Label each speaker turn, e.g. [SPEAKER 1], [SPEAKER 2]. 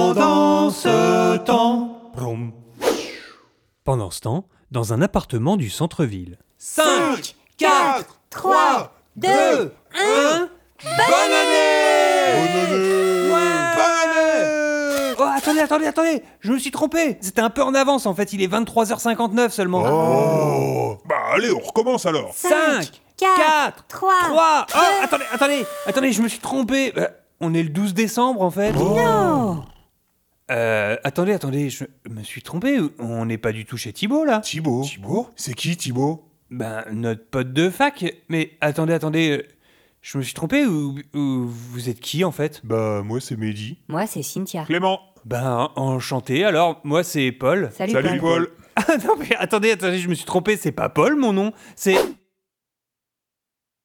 [SPEAKER 1] Pendant ce temps,
[SPEAKER 2] Vroom. Pendant ce temps, dans un appartement du centre-ville.
[SPEAKER 1] 5, 4, 3, 2,
[SPEAKER 3] 2,
[SPEAKER 1] 1. Bonne année
[SPEAKER 2] Oh, attendez, attendez, attendez Je me suis trompé C'était un peu en avance en fait, il est 23h59 seulement.
[SPEAKER 4] Oh Bah allez, on recommence alors
[SPEAKER 2] 5, 4, 3, Oh, attendez, attendez Attendez, je me suis trompé Euh, On est le 12 décembre en fait
[SPEAKER 3] Non
[SPEAKER 2] Euh, attendez, attendez, je me suis trompé, on n'est pas du tout chez Thibaut là
[SPEAKER 4] Thibaut Thibaut C'est qui Thibaut
[SPEAKER 2] Ben, notre pote de fac, mais attendez, attendez, euh, je me suis trompé ou, ou vous êtes qui en fait
[SPEAKER 4] Bah moi c'est Mehdi.
[SPEAKER 3] Moi, c'est Cynthia.
[SPEAKER 4] Clément
[SPEAKER 2] Ben, enchanté, alors, moi c'est Paul.
[SPEAKER 3] Salut,
[SPEAKER 4] Salut Paul
[SPEAKER 2] Ah non, mais attendez, attendez, je me suis trompé, c'est pas Paul mon nom, c'est.